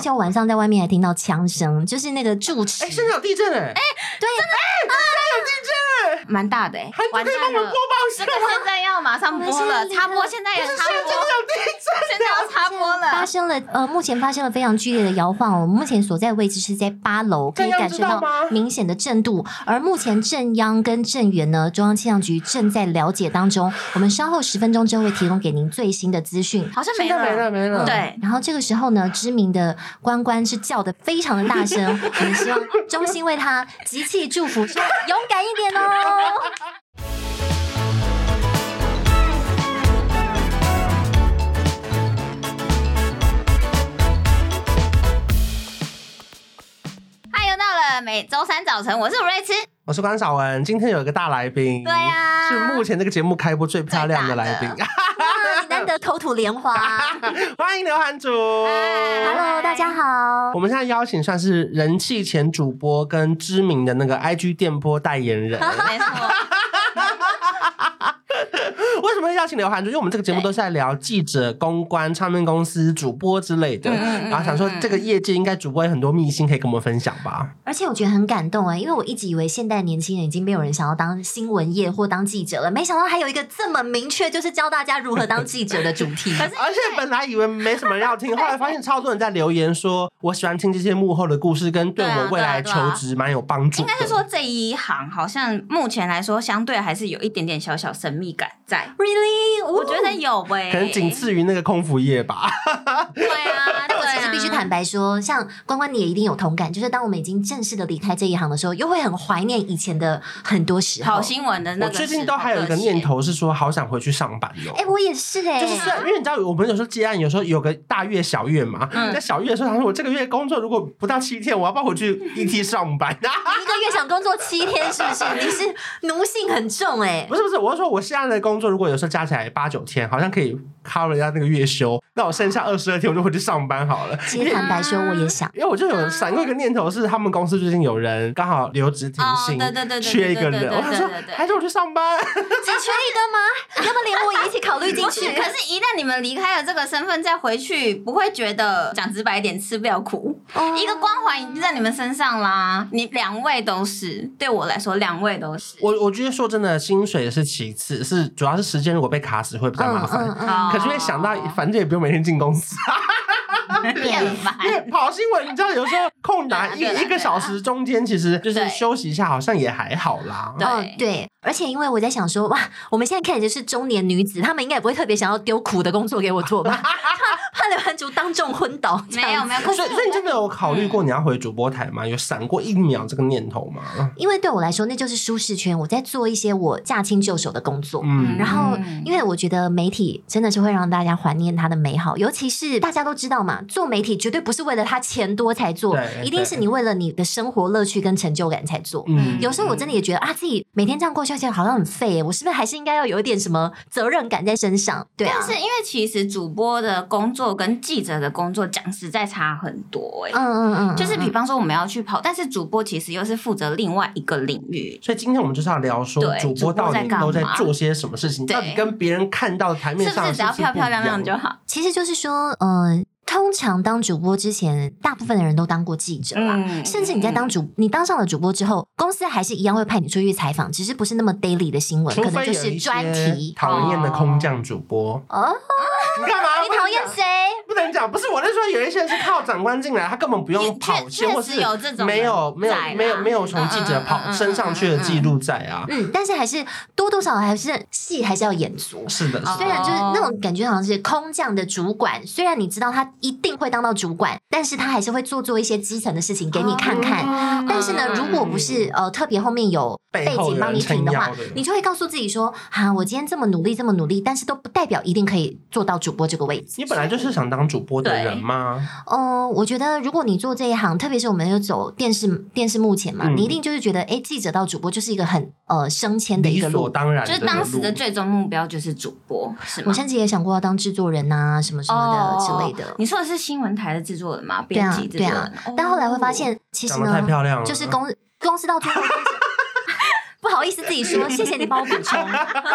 且我晚上在外面还听到枪声，就是那个住持哎，，现在有地震哎，蛮大的哎、韩欸完国可以帮蛋我们了播报一这下个吗？现在要马上播了，插播现在也现插在播，有地震， 现在要插播发了。生了呃，目前发生了非常剧烈的摇晃。我们目前所在的位置是在八楼，可以感受到这样知道吗明显的震度。而目前正央跟震源呢，中央气象局正在了解当中。我们稍后十分钟之后会提供给您最新的资讯。好像现 没在没了，了嗯没了，对，然后这个时候呢，知名的关关是叫的非常的大 声，我们希望衷心为他集气祝福，说勇敢一点 哦。嗨，哎又到了每周三早晨，我是吴瑞慈，我是关少文，今天有一个大来宾，对呀是目前这个节目开播最漂亮的来宾最，哇，你难得口吐莲 花。欢迎刘涵主。嗨 Hello，大家好我。们现在邀请算是人气前主播跟知名的那个 IG 电波代言人。 没错，为什么会邀请刘涵主？因为我们这个节目都是在聊记者、公关、唱片公司、主播之类的，嗯嗯然后想说这个业界应该主播有很多秘辛可以跟我们分享吧。而且我觉得很感动哎、因为我一直以为现代年轻人已经没有人想要当新闻业或当记者了，没想到还有一个这么明确，就是教大家如何当记者的主题。可是而且本来以为没什么人要 听，后来发现超多人在留言说，我喜欢听这些幕后的故事，跟对对啊我未来对啊对啊求职蛮有帮助应的。该是说这一行好像目前来说，相对还是有一点点小小神秘感在。 Really，哦我觉得有喂、可能仅次于那个空服业哎吧。对啊，但我其对实啊必须坦白说，像关关你也一定有同感，就是当我们已经正式的离开这一行的时候，又会很怀念以前的很多时候跑。新闻的那我个，最近都还有一个念，头是说，好想回去上班哦。哎、我也是哎、就是虽啊然，因为你知道，我们有时候接案，有时候有个大月、小月嘛。嗯在小月的时候，他说我这个月工作如果不到七天，我要不要回 去 ET 上班？啊你一个月想工作七天，是不是？你是奴性很重哎、 不是不是，我是说我现在的工作，如果有时候加起来八九天，好像可以 cover 一下那个月休。那我剩下二十二天，我就回去上班好了。其实坦白说，我也想。 因为我就有闪过一个念头，是他们公司最近有人刚好留职停薪，哦对对对对对缺一个对对人，对我想说对对对还是我去上班。只缺一个吗？要不连我也一起考虑进 不是，去？可是，一旦你们离开了这个身份再回去，不会觉得讲直白一点吃不了苦。哦一个光环已经在你们身上啦，你两位都是，对我来说两位都是。我我觉得说真的，薪水是其次，是主要是时间如果被卡死会比较麻嗯烦。哦可是会想到，反正也不用每天进公司， 变烦，因为跑新闻，你知道有时候空档一对啊对啊一个小时中间，其实就是对休息一下，好像也还好啦。对哦，对，而且因为我在想说，哇，我们现在看起来是中年女子，她们应该也不会特别想要丢苦的工作给我做 吧？怕刘汉竹当众昏倒，这样没有没有，可是所以，所以你真的有考虑过你要回主播台吗？有闪过一秒这个念头吗？因为对我来说，那就是舒适圈。我在做一些我驾轻就熟的工作，嗯，然后嗯，因为我觉得媒体真的是会让大家怀念它的美好，尤其是大家都知道嘛，做媒体绝对不是为了它钱多才做对，一定是你为了你的生活乐趣跟成就感才做。嗯有时候我真的也觉得啊，自己每天这样过下去好像很废耶，我是不是还是应该要有一点什么责任感在身上？对啊但，是因为其实主播的工作跟记者的工作讲实在差很多哎、嗯嗯嗯，就是比方说我们要去跑，但是主播其实又是负责另外一个领域。所以今天我们就是要聊说对主播到底主播在干嘛都在做些什么事情，对到底跟别人看到的台面是不上是的只要事情漂漂不一亮样亮就好？其实就是说，嗯、通常当主播之前，大部分的人都当过记者啦。嗯甚至你在当主，你当上了主播之后，公司还是一样会派你出去采访，只是不是那么 daily 的新闻，除可能非就有是一专些题。讨人厌的空降主播，哦，你干嘛？你讨厌谁？不能讲，不是我是说，有一些人是靠长官进来，他根本不用跑确线，确或实是有这种人没有没有在啦啊嗯没有没有从记者跑升上去的记录在啊。嗯，但是还是多多少少还是戏还是要演足。是的，是哦嗯虽然就是那种感觉，好像是空降的主管。虽然你知道他一定会当到主管，但是他还是会做做一些基层的事情给你看看。看但是呢，如果不是呃特别后面有背嗯背后景有帮人你撑挺的话腰，的，你就会告诉自己说：啊，我今天这么努力，这么努力，但是都不代表一定可以做到主播这个位置。你本来就是想当主播的人吗？嗯，我觉得如果你做这一行，特别是我们又走电视电视幕前嘛，嗯你一定就是觉得，哎，记者到主播就是一个很呃升迁的一理个所路。当然就的是路，当时的最终目标就是主播，是我吗？甚至也想过要当制作人呐、什么什么哦的之类的。你说的是新闻台的制作人吗？对编啊辑，制对作啊人。哦但后来会发现，其实长得太呢，漂亮了，就是公公司到最后都是。 不好意思自己说，谢谢你帮我补 充。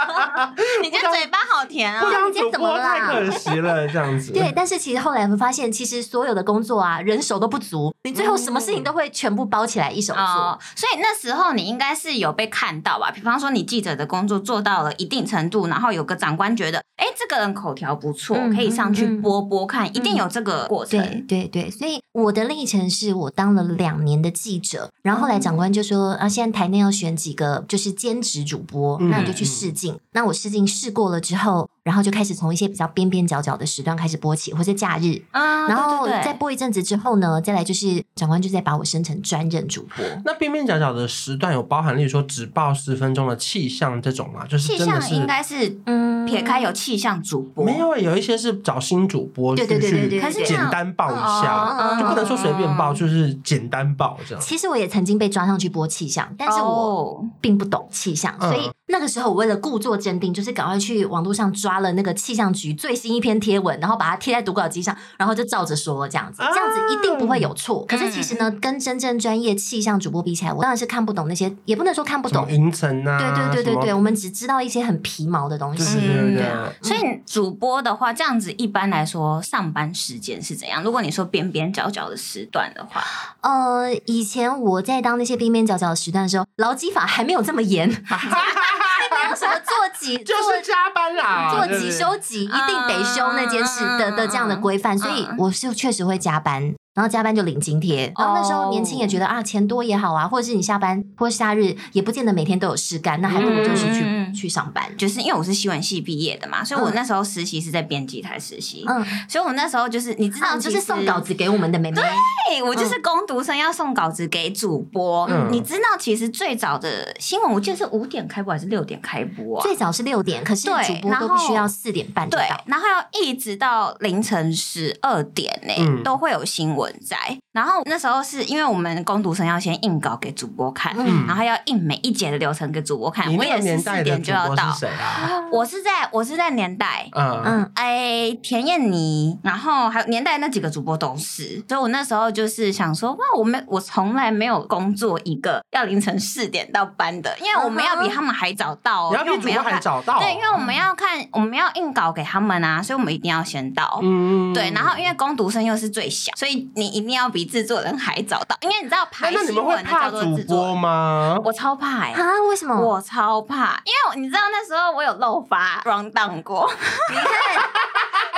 你这嘴巴好甜啊不！然当你今天主怎么播了太可惜了，这样子。对，但是其实后来我们发现，其实所有的工作啊，人手都不足，你最后什么事嗯情都会全部包起来一手做。哦，所以那时候你应该是有被看到吧？比方说你记者的工作做到了一定程度，然后有个长官觉得，哎，这个人口条不错，嗯可以上去嗯嗯播播看，一定有这个过程。对对对，所以我的历程是我当了两年的记者，然后后来长官就说啊，现在台内要选几个就是兼职主播，嗯那我就去试镜。那我试镜试过了之后，然后就开始从一些比较边边角角的时段开始播起，或是假日。嗯，啊然后对对对再播一阵子之后呢，再来就是长官就再把我升成专任主播。那边边角角的时段有包含，例如说只报十分钟的气象这种嘛，就是气真的象是应该是嗯撇开有气象主播，没有，有一些是找新主播去对对对对对去对可是简单报一哦下，嗯就不能说随便报，报，就是简单报这样。其实我也曾经被抓上去播气象，但是我哦并不懂气象，嗯所以那个时候我为了故作镇定，就是赶快去网络上抓了那个气象局最新一篇贴文，然后把它贴在读稿机上，然后就照着说这样子，啊嗯这样子一定不会有错。可是其实呢，跟真正专业气象主播比起来，我当然是看不懂那些，也不能说看不什么懂，云层啊，对对对对对，什么我们只知道一些很皮毛的东对西。对对对对 嗯所以主播的话，这样子一般来说，上班时间是怎样？如果你说边边角角的时段的话，呃，以前我在当那些边边角角的时段的时候，劳基法还没有这么严， 没有什么坐几 就坐是加班啦，做对几休几，一嗯定得休那件事的嗯的这样的规范，所以我是确实会加班。然后加班就领津贴，然后那时候年轻也哦觉得啊，钱多也好啊，或者是你下班或是假日也不见得每天都有事干，那还不如就是去、嗯嗯嗯去上班。就是因为我是新闻系毕业的嘛，所以我那时候实习是在编辑台实习，嗯，所以我那时候就是你知道、啊，就是送稿，子嗯给我们的妹妹，嗯对我就是攻读生要送稿子给主播。嗯你知道，其实最早的新闻我记得是五点开播还是六点开播啊？最早是六点，可是对主播都然后必须要四点半就对到。，然后要一直到凌晨十二点呢、嗯都会有新闻在。然后那时候是因为我们工读生要先印稿给主播看，嗯然后要印每一节的流程给主播看。你我那也个是年四代的点主就要播到是。谁啊？我是在我是在年代。嗯，嗯，哎，田燕妮，然后还有年代那几个主播都是，所以我那时候就是想说，哇，我没我从来没有工作一个要凌晨四点到班的，因为我们要比他们还早到、啊你哦，要因为比主我们播要还看找到，对，因为我们嗯要看，我们要印稿给他们啊，所以我们一定要先到。嗯对，然后因为攻读生又是最小，所以你一定要比制作人还早到，因为你知道那排哎那你新们会闻的啊怕叫做主制作播人， 吗？我超怕、欸。啊，为什么？我超怕，因为我你知道那时候我有漏发 round down 过， 你 看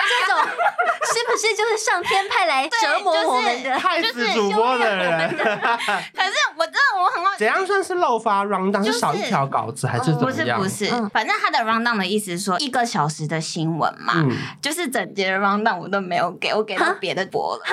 这种是不是就是上天派来折磨就是我们的？害就死是主播的修人，可是我真的我很好 怎样算是漏发 round？down？就是少一条稿子还是怎不么是样？不是嗯，反正他的 round down 的意思是说一个小时的新闻嘛，嗯，就是整节的 round down 我都没有给，我给到哈别的播了，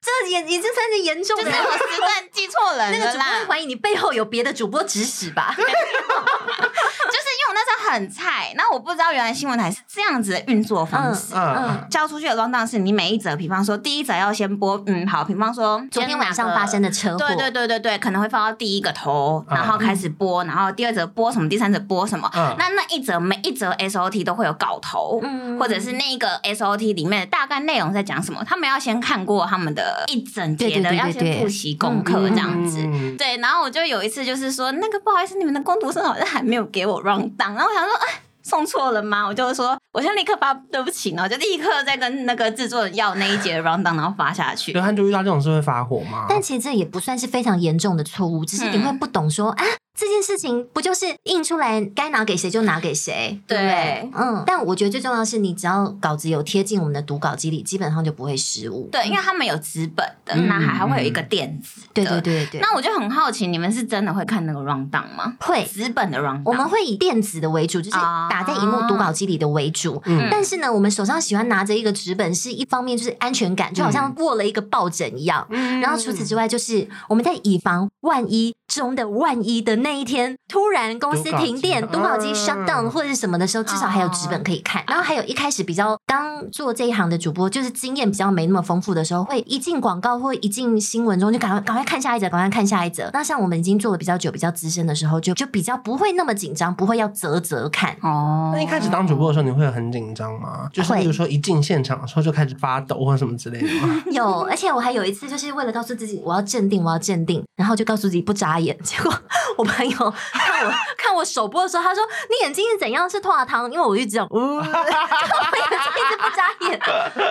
这也已经算是严重就是的。我时段记错人那个了主播会啦。怀疑你背后有别的主播指使吧？就是因为我那时候很菜，那我不知道原来新闻台是这样子的运作方式。嗯交出去的 round down 是你每一则，比方说第一则要先播，嗯，好，比方说昨天晚上哪个发生的车祸，对对对对对，可能会放到第一个头，嗯然后开始播，然后第二则播什么，第三则播什么。嗯哦那那一则每一则 SOT 都会有稿头，嗯或者是那一个 SOT 里面的大概内容在讲什么，他们要先看过他们的一整节对对的，对要对先对复习功课嗯这样子。嗯对，然后我就有一次就是说，那个不好意思，你们的工读生好像还没有给我 round down，然后我想说，哎。送错了吗？我就说，我先立刻发对不起，然后就立刻再跟那个制作人要那一节的 round down，然后发下去刘。汉珠遇到这种事会发火吗？但其实这也不算是非常严重的错误，只是你会不懂说、啊，这件事情不就是印出来该拿给谁就拿给谁，对不对？嗯，但我觉得最重要的是，你只要稿子有贴进我们的读稿机里，基本上就不会失误。对，因为他们有纸本的，嗯那还还会有一个电子的。对对对对，那我就很好奇，你们是真的会看那个 round down 吗？会。纸本的 round down？我们会以电子的为主，就是啊打在荧幕读稿机里的为主。嗯但是呢，我们手上喜欢拿着一个纸本，是一方面就是安全感，就好像握了一个抱枕一样。嗯然后除此之外，就是我们在以防万一中的万一的那一天，突然公司读稿机停电、读稿机 shut down 嗯或者是什么的时候，至少还有纸本可以看。然后还有一开始比较刚做这一行的主播，就是经验比较没那么丰富的时候，会一进广告或一进新闻中就赶快赶快看下一则，赶快看下一则。那像我们已经做的比较久、比较资深的时候，就就比较不会那么紧张，不会要啧啧看。哦，那一开始当主播的时候，你会很紧张吗？就是会比如说一进现场的时候就开始发抖或什么之类的吗？ 有，而且我还有一次，就是为了告诉自己我要镇定，我要镇定，然后就告诉自己不眨眼， 结果我朋友看我看我首播的时候，他说你眼睛是怎样是脱了汤，因为我一直这样，呜、 然后我眼睛一直不眨眼。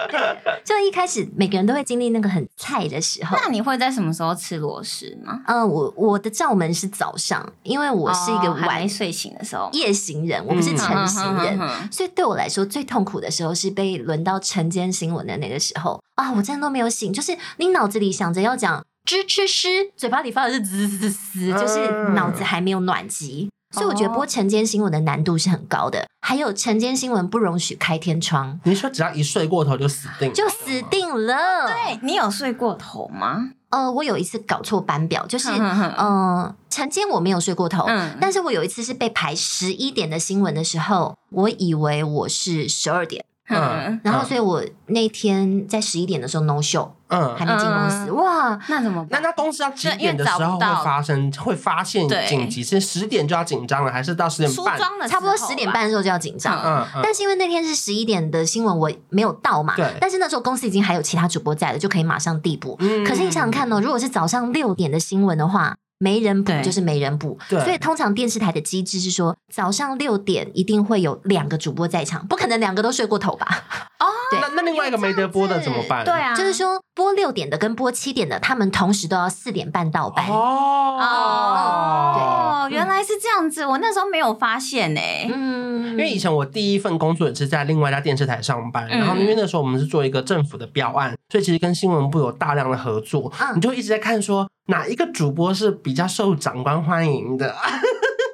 对，就一开始每个人都会经历那个很菜的时候。那你会在什么时候吃螺丝吗？嗯，我我的罩门是早上，因为我是一个哦还晚没睡醒的时候，夜行人，我不是嗯晨行人。哼哼哼所以对我来说，最痛苦的时候是被轮到晨间新闻的那个时候啊，我真的都没有醒，就是你脑子里想着要讲吱吱吱，嘴巴里发的是滋滋滋，嗯就是脑子还没有暖机。所以我觉得哦播晨间新闻的难度是很高的，还有晨间新闻不容许开天窗，你说只要一睡过头就死定了，就死定了。哼。对你有睡过头吗？呃，我有一次搞错班表，就是嗯哼哼哼嗯，晨间我没有睡过头，嗯但是我有一次是被排十一点的新闻的时候，我以为我是十二点。嗯嗯，然后，所以我那天在十一点的时候 no show，嗯还。没进公司。嗯哇， 那怎么那办？那公司要几对因为点的时找不候会到发生会发现对紧急？是十点就要紧张了，还是到十点梳半？妆的时差候啊不吧多十点，半的时候就要紧张。嗯嗯，但是因为那天是十一点的新闻，我没有到嘛对。但是那时候公司已经还有其他主播在了，就可以马上递补。嗯可是你想想，看哦，如果是早上六点的新闻的话，没人补对就是没人补。对所以通常电视台的机制是说，早上六点一定会有两个主播在场，不可能两个都睡过头吧？对那那另外一个没得播的怎么办？对，啊， 就是说，播六点的跟播七点的，他们同时都要四点半到班。哦，哦，原来是这样子，我那时候没有发现欸诶。嗯，因为以前我第一份工作也是在另外一家电视台上班，嗯然后因为那时候我们是做一个政府的标案，所以其实跟新闻部有大量的合作，嗯你就一直在看说哪一个主播是比较受长官欢迎的，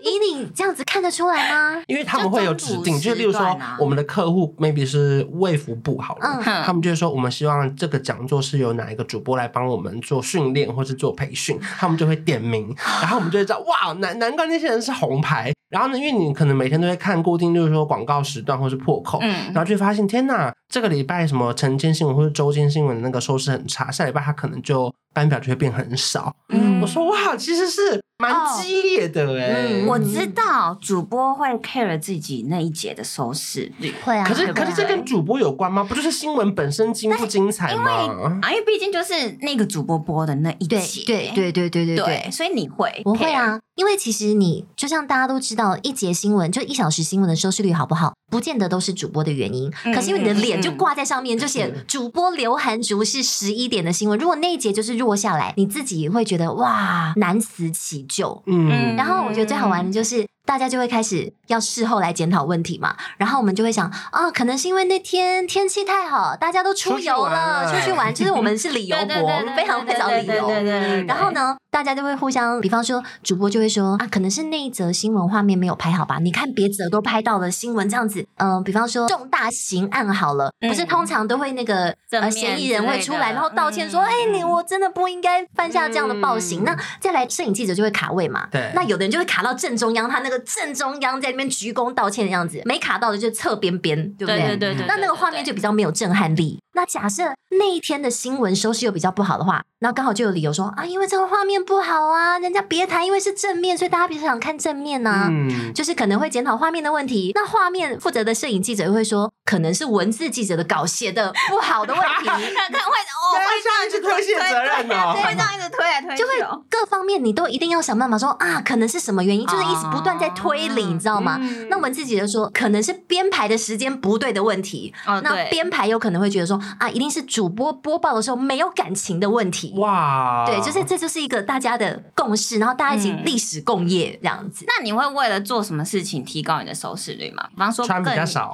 以你这样子看得出来吗？因为他们会有指定，就就中途是例如时说段啊我们的客户 maybe 是卫福部好了，嗯他们就是说，我们希望这个讲座是由哪一个主播来帮我们做训练或是做培训，他们就会点名，然后我们就会知道，哇，难难怪那些人是红牌。然后呢，因为你可能每天都会看固定，就是说广告时段或是破口，嗯然，后就会发现，天呐，这个礼拜什么晨间新闻或者周间新闻的那个收视很差，下礼拜它可能就班表就会变很少。嗯我说哇，其实是蛮激烈的哎、嗯哦我知道主播会 care 自己那一节的收视率 会啊，可会是，啊可是这跟主播有关吗？不就是新闻本身精不精彩吗？啊，因为毕竟就是那个主播播的那一对节，对对对对对对，所以你会，我会，啊，因为其实你就像大家都知道，一节新闻就一小时新闻的收视率好不好，不见得都是主播的原因。嗯可是因为你的脸就嗯嗯挂在上面，就写主播刘涵竹是十一点的新闻。如果那一节就是弱下来，你自己会觉得哇，难辞其咎。嗯嗯然后我觉得最好玩的就是，大家就会开始要事后来检讨问题嘛。然后我们就会想，啊，可能是因为那天天气太好，大家都出游了，出去玩了出去玩，就是我们是理由对对博对，对，非常非常理对对对由。对对对然后呢，大家就会互相，比方说主播就会说啊，可能是那一则新闻画面没有拍好吧？你看别则都拍到了新闻这样子，嗯、比方说重大刑案好了，嗯不是通常都会那个正呃面嫌疑人之类会出来，的然后道歉说，嗯哎、你我真的不应该犯下这样的暴行。嗯那再来摄影记者就会卡位嘛，对那有的人就会卡到正中央，他那个正中央在那边鞠躬道歉的样子，没卡到的就侧边边，对不对对对对，那那个画面就比较没有震撼力。那假设那一天的新闻收视又比较不好的话，那刚好就有理由说啊，因为这个画面不好啊，人家别谈，因为是正面，所以大家比较想看正面呐、嗯，就是可能会检讨画面的问题，那画面负责的摄影记者又会说，可能是文字记者的稿写的不好的问 题， 看看会哦，大家会这样一直推卸责任哦对会这样一直推来推去就会哦，各方面你都一定要想办法说啊，可能是什么原因，就是一直不断在推理，哦你知道吗？嗯那文字记者说，可能是编排的时间不对的问题，哦那对，编排有可能会觉得说啊，一定是主播播报的时候没有感情的问题。哇，对，就是这就是一个大家的共识，然后大家一起嗯历史共业这样子。那你会为了做什么事情提高你的收视率吗？比方说穿比较更少，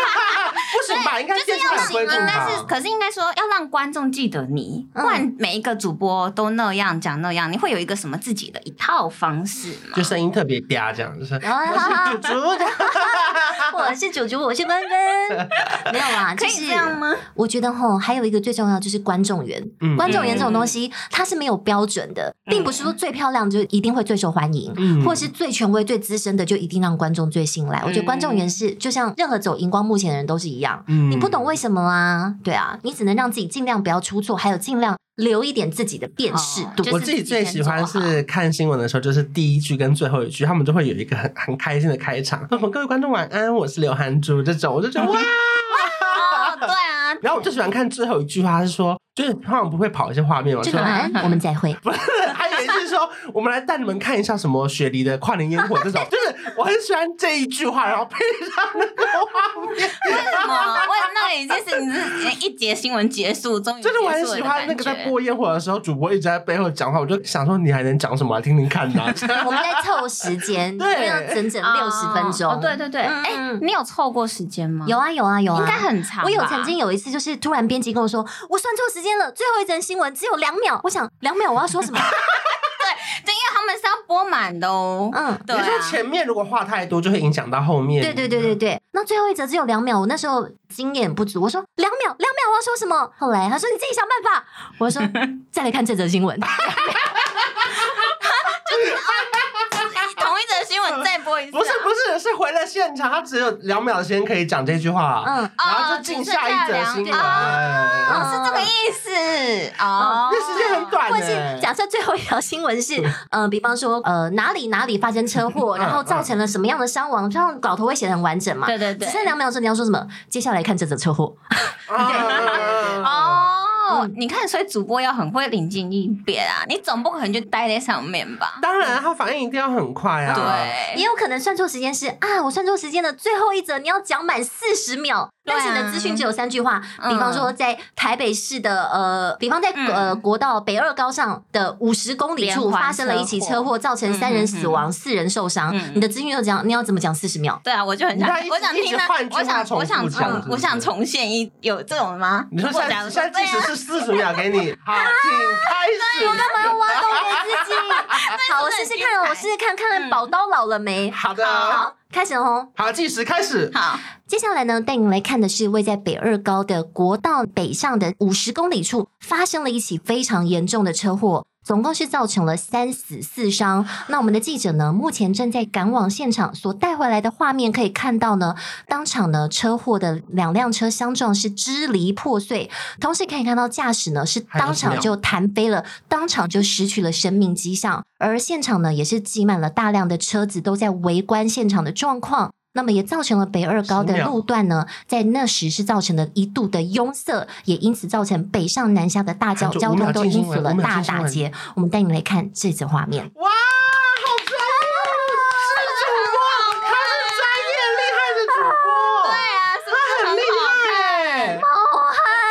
不行吧？应该电视要台让规定应该是，吧？可是应该说要让观众记得你，嗯不然每一个主播都那样讲那样，你会有一个什么自己的一套方式吗 就？声音特别嗲，这样就是。啊 我是我是主主九九，我是奔奔，没有啦， 可就以是这样吗？我觉得吼，还有一个最重要就是观众缘。嗯观众缘这种东西，它是没有标准的，并不是嗯说最漂亮就一定会最受欢迎，嗯或是最权威、最资深的就一定让观众最信嗯赖。我觉得观众缘是就像任何走荧光幕前的人都是一样，嗯你不懂为什么啊？对啊，你只能让自己尽量不要出错，还有尽量留一点自己的辨识度。就是我自己最喜欢自己先做是看新闻的时候，就是第一句跟最后一句，他们都会有一个很很开心的开场。那么各位观众晚安，我是刘涵珠这种，我就觉得哇。哦，对啊，然后我最喜欢看最后一句话是说，就是通常不会跑一些画面嘛，就说晚安，我们再 会。他也是说，我们来带你们看一下什么雪梨的跨年烟火这种，就是我很喜欢这一句话，然后配上那个画面，为什么？为那已经是你是一节新闻结束，终于就是我结很束了喜的欢那感个在觉播烟火的时候，主播一直在背后讲话，我就想说你还能讲什么、听听看呐、我们在凑时间，对因为要整整六十分钟。哦，对对对，嗯哎、你有凑过时间吗？有啊有啊有啊，应该很长吧。我有曾经有一次，就是突然编辑跟我说，我算错时间了，最后一则新闻只有两秒。我想两秒我要说什么？对，因为他们是要播满的哦。嗯，对、你说啊，前面如果话太多，就会影响到后面。对对对对对。那最后一则只有两秒，我那时候经验不足，我说两秒两秒我要说什么？后来他说你自己想办法，我说再来看这则新闻。 同一则新闻再播一次、啊。不是不是，是回了现场，他只有两秒的时间可以讲这句话，嗯，然后就进下一则新闻。哦，哎是这个意思哦。那时间很短哎或呢、是假设最后一条新闻是，呃，比方说呃哪里哪里发生车祸，嗯然后造成了什么样的伤亡，这样稿头会写的很完整嘛？对对对只，剩两秒钟，你要说什么？接下来看这则车祸。啊， 哦，嗯你看，所以主播要很会临近应变啊，你总不可能就待在上面吧？当然他反应一定要很快啊。也对，有可能算错时间是啊，我算错时间的最后一则你要讲满四十秒，对但啊是你的资讯只有三句话。嗯比方说在台北市的呃，比方在、嗯呃国道北二高上的五十公里处连环发生了一起车车祸，造成三人死亡、四人受伤，嗯你的资讯就讲你要怎么讲四十秒？对啊，我就很想你看一，直我想一直听他换，句话我想，重我复想这样重是，不我想是重现一有这种吗？你说如果现假在如现在对计时啊，是四十秒给你，好，请开始。干嘛要挖洞给自己？ 好，我试试看哦，很精彩我试试看看看嗯宝刀老了没？好的，好，开始哦。好，计时开始。啊好，接下来呢，带您来看的是位在北二高的国道北上的五十公里处发生了一起非常严重的车祸，总共是造成了三死四伤。那我们的记者呢，目前正在赶往现场，所带回来的画面可以看到呢，当场呢车祸的两辆车相撞是支离破碎，同时可以看到驾驶呢是当场就弹飞了，当场就失去了生命迹象，而现场呢也是挤满了大量的车子都在围观现场的状况。那么也造成了北二高的十秒路段呢，在那时是造成了一度的拥塞，也因此造成北上南下的大交看这交五通秒都进因行此完了五秒大进行打完结。我们带你来看这则画面。哇，好专业，啊是主播，他是专业厉害的主播，对啊，是不是很很厉好看？害，哎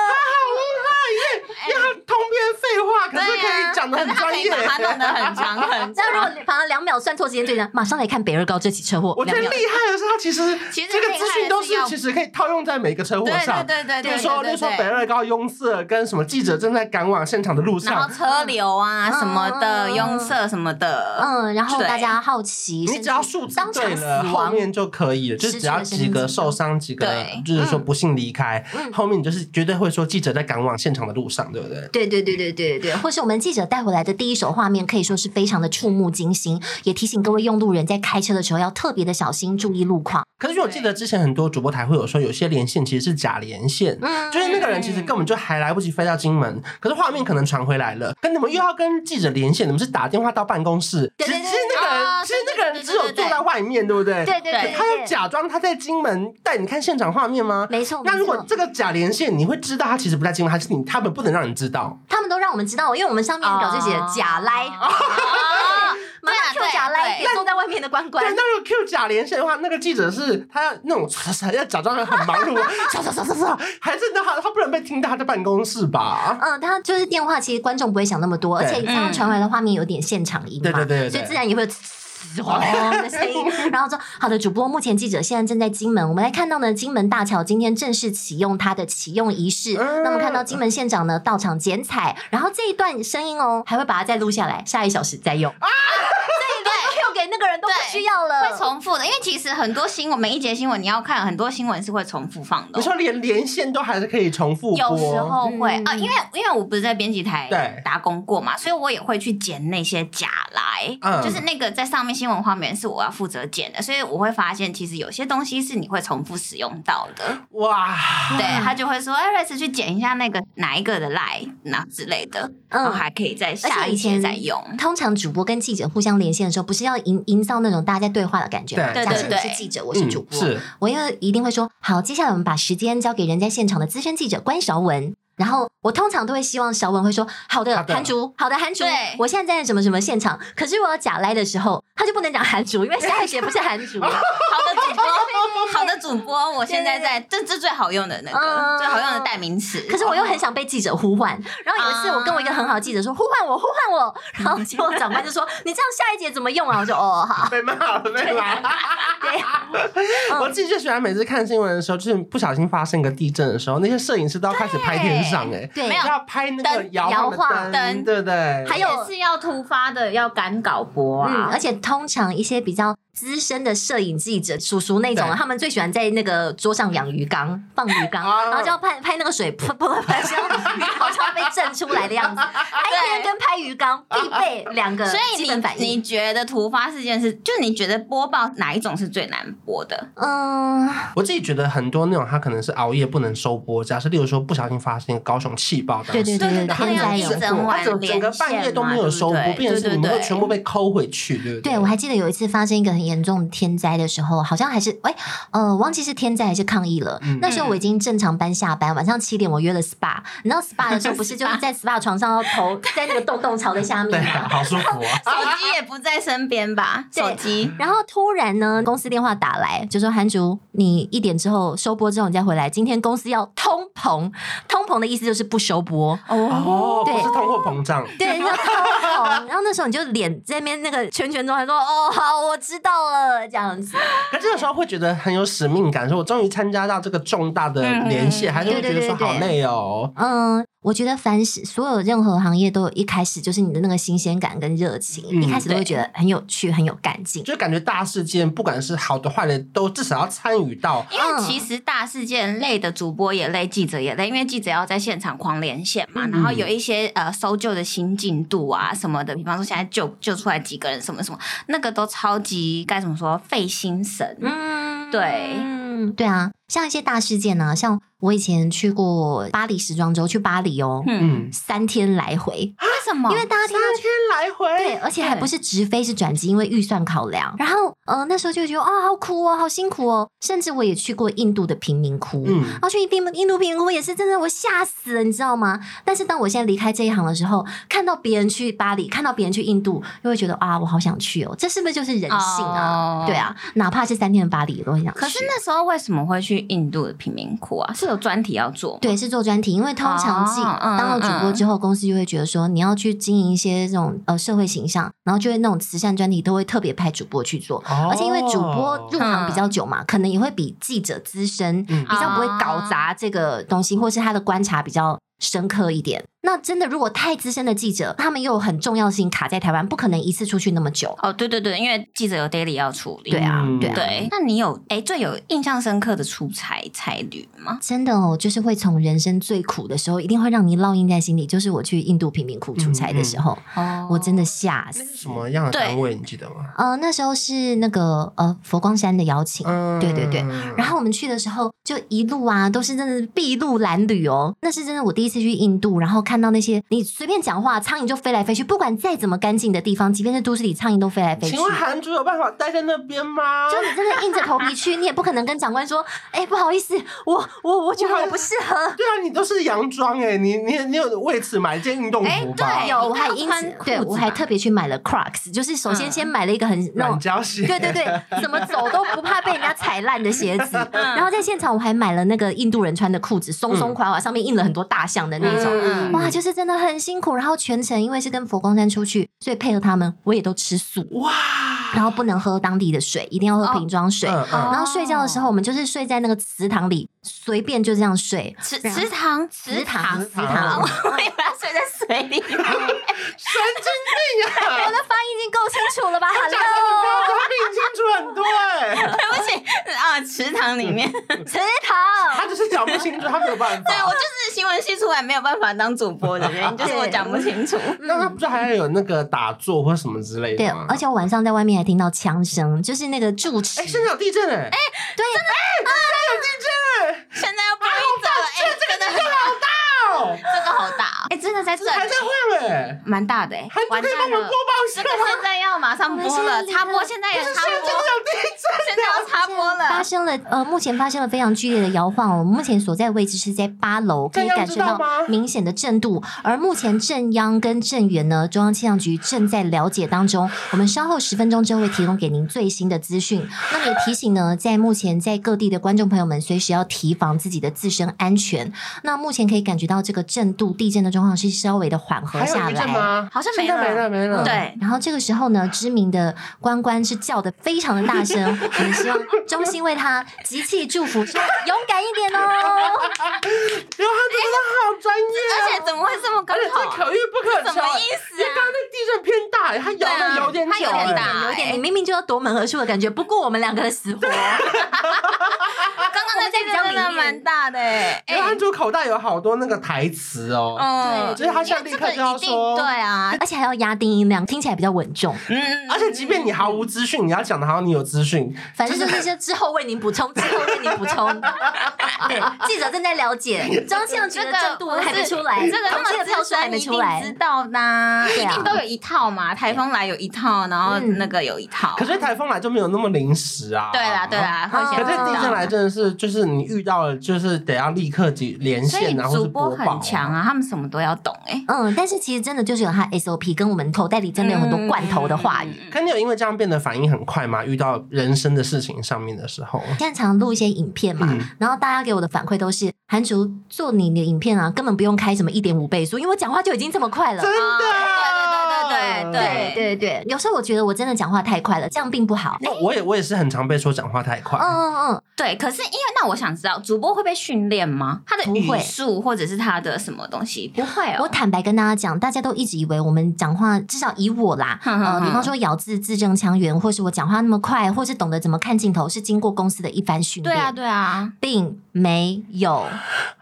他好厉害耶！因为他通篇废话，可是可以讲的很专业。啊他弄得很长很那如长。果你反正两秒算错时间对呃呢，马上来看北二高这起车祸。 我觉得两厉秒害的是，他其实其实这个厉害资的讯都是是要其实可以套用在每个车祸对对上。对对例对，如说，例对如说对北二高拥塞，跟什么记者正在赶往现场的路然后上，车流啊嗯什么的，嗯拥塞什么的，嗯，然后对大家好奇，你甚只要至数字当对场了，死后亡。面就可以了，就失只去了要生几命个迹象受伤，几个对就是说不幸离开，嗯后面你就是绝对会说记者在赶往现场的路上，对不对？对对对对对对，或是我们记者带回来的第一手画面，可以说是非常的触目惊心，也提醒各位用路人在开车的时候要特别的小心，注意路况。可是我记得之前很多主播台会有说，有些连线其实是假连线。嗯，就是那个人其实根本就还来不及飞到金门，可是画面可能传回来了，可你们又要跟记者连线，你们是打电话到办公室，其对实对对其实那个人哦其实那个人对对只有对对坐在外面，对不对？对对对，可他要假装他在金门带你看现场画面吗？没哦错。那如没果错这个假连线，你会知道他其实不在金门，还是你他们不能让你知道？他们都让我们知道，因为我们上面表就写哦假来，哦 马上对啊 Q 假来，对给坐在外面的关关对，。那如果 Q 假连线的话，那个记者是他要那种唰唰要假装很忙 碌，唰唰唰唰唰，还是那他他不能被听到他在办公室哦吧？嗯，他就是电话，其实观众不会想那么多，而对且加上传回来的画面有点现场音嘛，对对对对对所以自然也会有呲。轰的声 音，然后说好的，主播，目前记者现在正在金门，我们来看到呢，金门大桥今天正式启用它的启用仪式。嗯那么看到金门县长呢到场剪彩，然后这一段声音哦，还会把它再录下来，下一小时再哦用。啊，这一段 Q 给那个人都不需要了，会重复的，因为其实很多新闻，每一节新闻你要看，很多新闻是会重复放的你哦。说连连线都还是可以重复播，有时候会嗯啊，因为因为我不是在编辑台对打工过嘛，所以我也会去剪那些假来，嗯就是那个在上面新闻画面是我要负责剪的，所以我会发现其实有些东西是你会重复使用到的。哇，对他就会说，哎，瑞斯去剪一下那个哪一个的来，那之类的，然哦后嗯。还可以再而下且一以节前再用。通常主播跟记者互相连线的时候，不是要营营造那种大家在对话的感觉吗？对假设你对对是对记者，我是主播，嗯是我又一定会说好，接下来我们把时间交给人在现场的资深记者关韶文。然后我通常都会希望小文会说好的好的韩竹，好的韩竹对，我现在在什么什么现场。可是我要假来的时候，他就不能讲韩竹，因为下一节不是韩 竹。好的主播，好的主播，我现在在，这这最好用的那嗯个最好用的代名词。可是我又很想被记者呼唤。然后有一次，我跟我一个很好的记者说呼唤我，呼唤我，然后结果长官就说 你这样下一节怎么用啊？我就哦好，被骂了，被骂哦了。对，嗯我自己最喜欢每次看新闻的时候，就是不小心发生个地震的时候，那些摄影师都要开始拍天上、欸，对没哎，有要拍那个灯摇晃的摇晃灯，灯对不对？还有也是要突发的，要赶稿播嗯，啊而。且通常一些比较资深的摄影记者叔叔那种啊，对他们最喜欢在那个桌上养鱼缸，放鱼缸，啊然后就要拍拍那个水喷喷喷，像鱼好像被震出来的样子。拍片跟拍鱼缸必备两个所以基本反你应。你觉得突发事件是，就你觉得播报哪一种是最难播的？嗯，我自己觉得很多那种他可能是熬夜不能收播，假设例如说不小心发生高雄气爆，对对对对，对对天灾有还有祸地他整整震个半夜都没有收播，对不对变成是你们会对对对！全部被抠回去，对不对，我还记得有一次发生一个很严重的天灾的时候，好像还是哎、呃，忘记是天灾还是抗议了。嗯那时候我已经正常班下班，晚上七点我约了 SPA，你知道 SPA 的时候不是就是在 SPA 床上要头在那个洞洞朝在下对面啊，吗？好舒服啊 手机也不在身边吧？对手机然后突然呢，公司电话打来，就说韩竹，你一点之后收播之后你再回来，今天公司要通膨，通膨的意思就是不收播。哦，对不是通货膨胀，对，要通膨，然后那时候你就脸在那边那个圈圈中，还说哦好，我知道了这样子。可这个时候会觉得很有使命感，说我终于参加到这个重大的连线，嗯还是会觉得对说对对好累哦。嗯，我觉得凡是所有任何行业都有一开始就是你的那个新鲜感跟热情，嗯一开始都会觉得很有趣、很有干劲。就感觉大事件，不管是好的坏的，都至少要参与到。因嗯为其实大事件累的主播也累，记者也累，因为记者要在现场狂连线嘛，嗯然后有一些呃搜救的新进度啊什么的，比方说现在救救出来几个人什么什么，那个都超级该怎么说费心神。嗯，对嗯，对啊，像一些大事件呢、啊像我以前去过巴黎时装周，去巴黎哦，嗯，嗯，三天来回，为什么？因为大家听到天来回，对，而且还不是直飞，是转机，因为预算考量。然后，呃，那时候就觉得啊、好苦哦，好辛苦哦。甚至我也去过印度的贫民窟，嗯然后去印度印度贫民窟也是真的，我吓死了，你知道吗？但是当我现在离开这一行的时候，看到别人去巴黎，看到别人去印度，又会觉得啊，我好想去哦。这是不是就是人性啊？哦对啊，哪怕是三天的巴黎，都很想去。可是那时候为什么会去印度的贫民窟啊？是有专题要做吗？对，是做专题，因为通常进、哦嗯当了主播之后，公司就会觉得说你要去经营一些这种呃社会形象，然后就会那种慈善专题都会特别派主播去做，哦嗯而且因为主播入行比较嗯久嘛，可能也会比记者资深，嗯比较不会哦搞砸这个东西，或是他的观察比较深刻一点。那真的，如果太资深的记者，他们又有很重要的事情卡在台湾，不可能一次出去那么久。哦，对对对，因为记者有 daily 要处理。对啊嗯，对啊对，那你有哎最有印象深刻的出差差旅吗？真的哦，就是会从人生最苦的时候，一定会让你烙印在心里。就是我去印度贫民窟嗯出差的时候，哦我真的吓那是死什。么样的单位你记得吗？呃，那时候是那个呃佛光山的邀请，嗯，对对对然后后我们去的时候，就一路啊都是真的是筚路蓝缕哦。那是真的，我第一次去印度，然后看到那些你随便讲话，苍蝇就飞来飞去，不管再怎么干净的地方，即便是都市里，苍蝇都飞来飞去请。问韩主有办法待在那边吗？就你真的硬着头皮去，你也不可能跟长官说，哎、不好意思，我我我觉得我不适合。对啊，你都是洋装哎，你你你有为此买一件运动服吧？ 哎对有，我还因穿此裤对子我还吧特别去买了 Crocs，就是首先嗯先买了一个很那种软胶鞋，对对对，怎么走都不怕被人家踩烂的鞋子。 嗯然后在现场我还买了那个印度人穿的裤子，松松垮垮，上面印了很多大象的那种。嗯哇，就是真的很辛苦。然后全程因为是跟佛光山出去，所以配合他们，我也都吃素，哇，然后不能喝当地的水，一定要喝瓶装水。嗯嗯然后睡觉的时候，我们就是睡在那个祠堂里，随便就这样睡。池然后池塘，祠池堂，祠堂堂，我以为他睡在水里。神经病 啊！我的发音已经够清楚了吧 讲得你？Hello，标准比你清楚很多哎， 对不起啊，池塘里 面，祠堂。他只是讲不清楚，他没有办对我法。就是新闻系出来没有办法当主播的原因，就是我讲不清楚。那他不是还要有那个打坐或什么之类对，的吗？而且我晚上在外面还听到枪声，就是那个住持哎，。现在有地震哎，哎，对，有地震现在要播一则，哎，真的很大，哎，哦。这个好大哦。哎、真的在这里，还在会嘞，蛮大欸的哎、还完可以帮蛋我们了播，报一下这吗？个现在要马上播了，插播现在也插现在播，有地震，现在要插播发了。生了呃，目前发生了非常剧烈的摇晃。我们目前所在位置是在八楼，可以感受到明显的震度。而目前正央跟正源呢，中央气象局正在了解当中。我们稍后十分钟之后会提供给您最新的资讯。那么也提醒呢，在目前在各地的观众朋友们，随时要提防自己的自身安全。那目前可以感觉到这个震度、地震的状况是稍微的缓和还有下余震来。吗？好像没现在没了了，没嗯了。对，然后这个时候呢，知名的关关是叫的非常的大 声，我们希望衷心为他集气祝福，说勇敢一 点哦。刘涵真的好专业啊，而且怎么会这么刚而且这好？可遇不可求，什么意思刚刚啊？那地震偏大，它摇对啊的有点久，哎它有点大有一点，你明明就要夺门而出的感觉，不顾我们两个的死 活。刚刚那这个真的蛮大的哎、刘涵主口袋有好多那个台词哦，嗯，就是他现在立刻就要说因为这个一定对啊，而且还要压低音量，听起来比较稳重。嗯，而且即便你毫无资讯，你要讲的好像你有资讯，反正就是这之后为您补充，之后为您补 充。对，记者正在了解，中央气象局这的个震度不是还没出来，这个他统计的们票资数还深没一出定知来。道的啊，对一啊定都有一套嘛。台风来有一套，然后那个有一套。可是台风来就没有那么临时啊。哦对啦对。啦，会可先是知道地震来真的是，就是你遇到了，就是得要立刻及连所以线，然后主是播播报很强。啊，他们什么都要懂哎。嗯，但是其实真的就是有它 SOP，跟我们口袋里真的有很多罐头的话嗯语。可你有因为这样变得反应很快吗？遇到人生的事情上面的时哦候，现在常录一些影片嘛，嗯然后大家给我的反馈都是韩竹做你的影片啊，根本不用开什么一点五倍速，因为我讲话就已经这么快了真。的，啊对对对对对对对对，有时候我觉得我真的讲话太快了，这样并不好。哦我也我也是很常被说讲话太快嗯，哦嗯嗯，对，可是因为那我想知道，主播会被训练吗？他的不会语速或者是他的什么东西不会我哦。坦白跟大家讲，大家都一直以为我们讲话，至少以我啦，哼哼呃，哼比方说咬字字正腔圆，或是我讲话那么快，或是懂得怎么看镜头，是经过公司的一番训对练。啊，对啊，并没有。哦，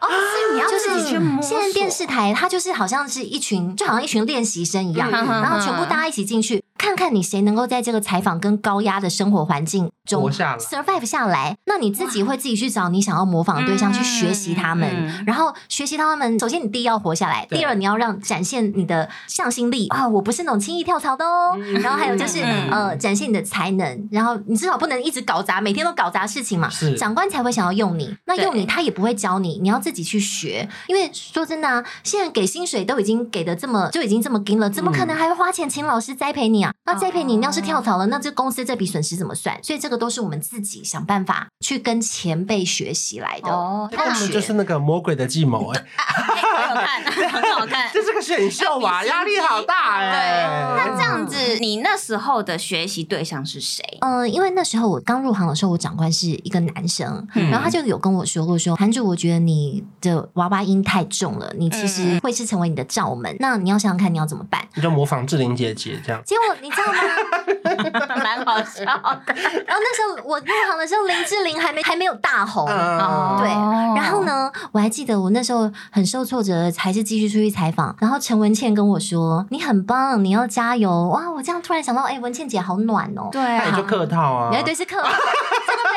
是你要就自己去摸是嗯现索。在电视台，它就是好像是一群，就好像一群练习生一样，嗯然后全部大家一起进去，看看你谁能够在这个采访跟高压的生活环境中活下来 survive 下来。那你自己会自己去找你想要模仿的对象，嗯去学习他们。嗯然后学习他们，首先你第一要活下来，对第二你要让展现你的向心力啊！我不是那种轻易跳槽的哦。嗯然后还有就是嗯呃，展现你的才能，然后你至少不能一直搞砸，每天都搞砸事情嘛是，长官才会想要用你。那对用你他也不会教你，你要自己去学。因为说真的啊，现在给薪水都已经给的这么就已经这么紧了，怎么嗯可能还会花钱请老师栽培你啊？那栽培你，你要哦是跳槽了，那这公司这笔损失怎么算？所以这个都是我们自己想办法去跟前辈学习来的。哦，根那本就是那个魔鬼的计谋哎、很好看，很好看。 这是个选秀吧，压力好大哎、那这样子，你那时候的学习对象是谁？嗯、因为那时候我刚入行的时候，我长官是一个男生，嗯然后他就有跟我说过说，韩主，我觉得你的娃娃音太重了，你其嗯实会是成为你的罩门。那你要想想看，你要怎么办？你就模仿志玲姐姐这样，结果你知道吗？蛮好笑的。然后那时候我入行的时候，林志玲还没还没有大红。嗯，哦对然后？呢，我还记得我那时候很受挫折，还是继续出去采访。然后陈文倩跟我说：“你很棒，你要加油！”哇，我这样突然想到，哎、文倩姐好暖哦、对那你就啊，客套啊，哎，对，是客户，这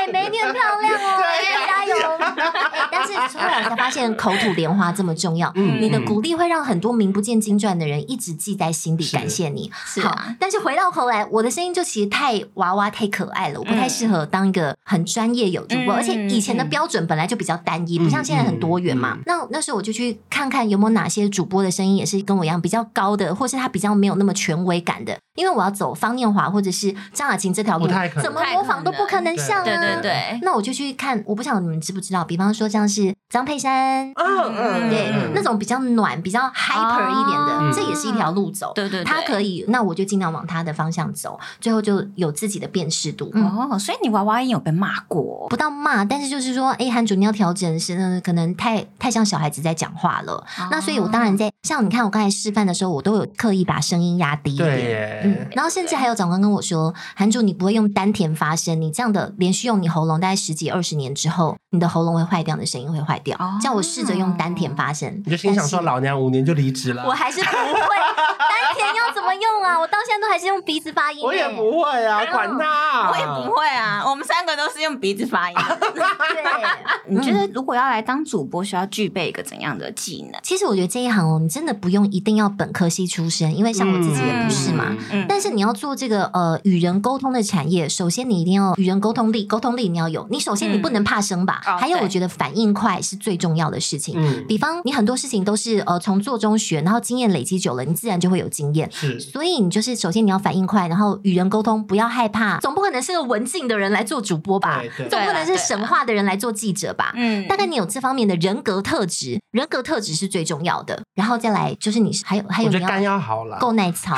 个美眉你很漂亮哦，哎加油！哎但是后来我才发现口吐莲花这么重要，嗯你的鼓励会让很多名不见经传的人一直记在心里，感谢你。是好啊，，但是回到头来，我的声音就其实太娃娃、太可爱了，我不太嗯适合当一个很专业有主播，嗯而且以前的标准本来就比较单一，不像现在很多元嘛。嗯那那时候我就去看看有没有哪些主播的声音也是跟我一样比较高的，或是他比较没有那么权威感的，因为我要走方念华或者是张雅琴这条路，哦不太可能怎么模仿都不可能像啊。对对对，那我就去看，我不晓得你们知不知道，比方说像是张佩珊，嗯嗯，对，那种比较暖、比较 hyper 一点的，嗯这也是一条路走。对对，对他可。以，那我就尽量往他的方向走，最后就有自己的辨识度。嗯哦，所以你娃娃音有被骂过？不到骂，但是就是说，哎、韩主你要调整是，呃可能太太像小孩子在讲哦话了。那所以，我当然在像你看我刚才示范的时候，我都有刻意把声音压低一对点。耶，嗯对，，然后甚至还有长官跟我说，韩主你不会用丹田发声，你这样的连续用你喉咙大概十几二十年之后，你的喉咙会坏掉，你的声音会坏掉哦。叫我试着用丹田发声，你就心想说但是老娘五年就离职了我，还是不会 丹田要怎么用啊？我到现在都还是用鼻子发音、欸，我也不会啊，管他，我也不会啊，我们三个都是用鼻子发音的。对。啊你觉得如果要来当主播，需要具备一个怎样的技能？其实我觉得这一行哦，你真的不用一定要本科系出身，因为像我自己也不是嘛。嗯嗯，但是你要做这个呃与人沟通的产业，首先你一定要与人沟通力，沟通力你要有。你首先你不能怕生吧，嗯哦还有对我觉得反应快是最重要的事情。嗯，比方你很多事情都是呃从做中学，然后经验累积久了，你自然就会有经验。是，所以你就是首先你要反应快，然后与人沟通，不要害怕，总不可能是个文静的人来做主播吧对？对总不能是对啦神话的人来做记者吧？嗯大概你有这方面的人格特质，人格特质是最重要的。然后再来就是你是还有还有我你觉得肝要要好了，够耐 操，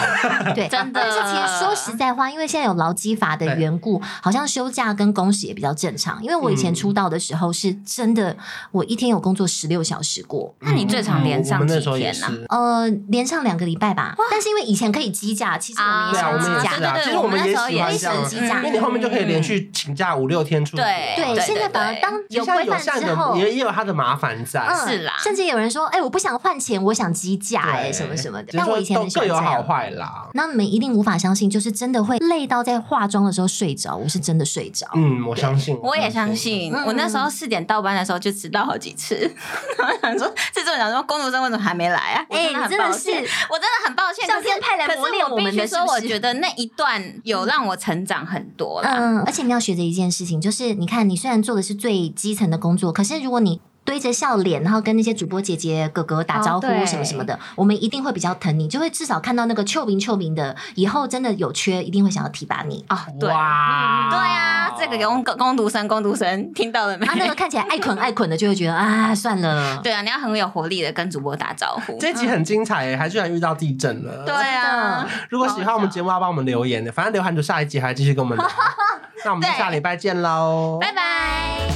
对，真的但是其实说实在话，因为现在有劳基法的缘故，好像休假跟工时也比较正常。因为我以前嗯出道的时候是真的，我一天有工作十六小时过。嗯那你最常连我上们几那时候也天呢、是。呃，连上两个礼拜吧，但是因为以前可以积假，其实我们也对啊，想我们积也假，是啊。对对对其实我们也喜啊欢我这样啊们那时候也是省级子，假因为你后面就可以连续请假五六天出国。对对，现在反而对当有现在规有范像之的后，也也有它的麻烦在。嗯是啦甚至有人说，哎、我不想换钱，我想积假、哎，对什么什么的。只是但我说以前都很喜各欢有这好样。坏啦。那你们一定无法相信，就是真的会累到在化妆的时候睡着，我是真的睡着。嗯，我相信，我也相。信，嗯我那时候四点到班的时候就迟到好几次。然后想说，制作人想说，工读生为什么还没来啊？哎、我你真真的的很抱是歉， 我真的很抱歉。上可是天派来可是磨练我我们的必须说，是不我是觉得那一段有让我成长很多啦。嗯，而且你要学着一件事情，就是你看，你虽然做的是最基层的工作，可是如果你堆着笑脸，然后跟那些主播姐姐、哥哥打招呼哦对什么什么的，我们一定会比较疼你，就会至少看到那个臭名臭名的，以后真的有缺，一定会想要提拔 你。哦，对，对哇，哦啊，这个给工工读生，工读生听到了没然？啊后那个看起来爱捆爱捆的，就会觉得啊，算了。 对啊，你要很有活力的跟主播打招呼。 这一集很精彩耶，欸还居然遇到地震了。对，啊，如果喜欢我们节目，要帮我们 留言的。反正刘涵主下一集还继续跟我们聊。那我们就对下礼拜见喽，拜拜。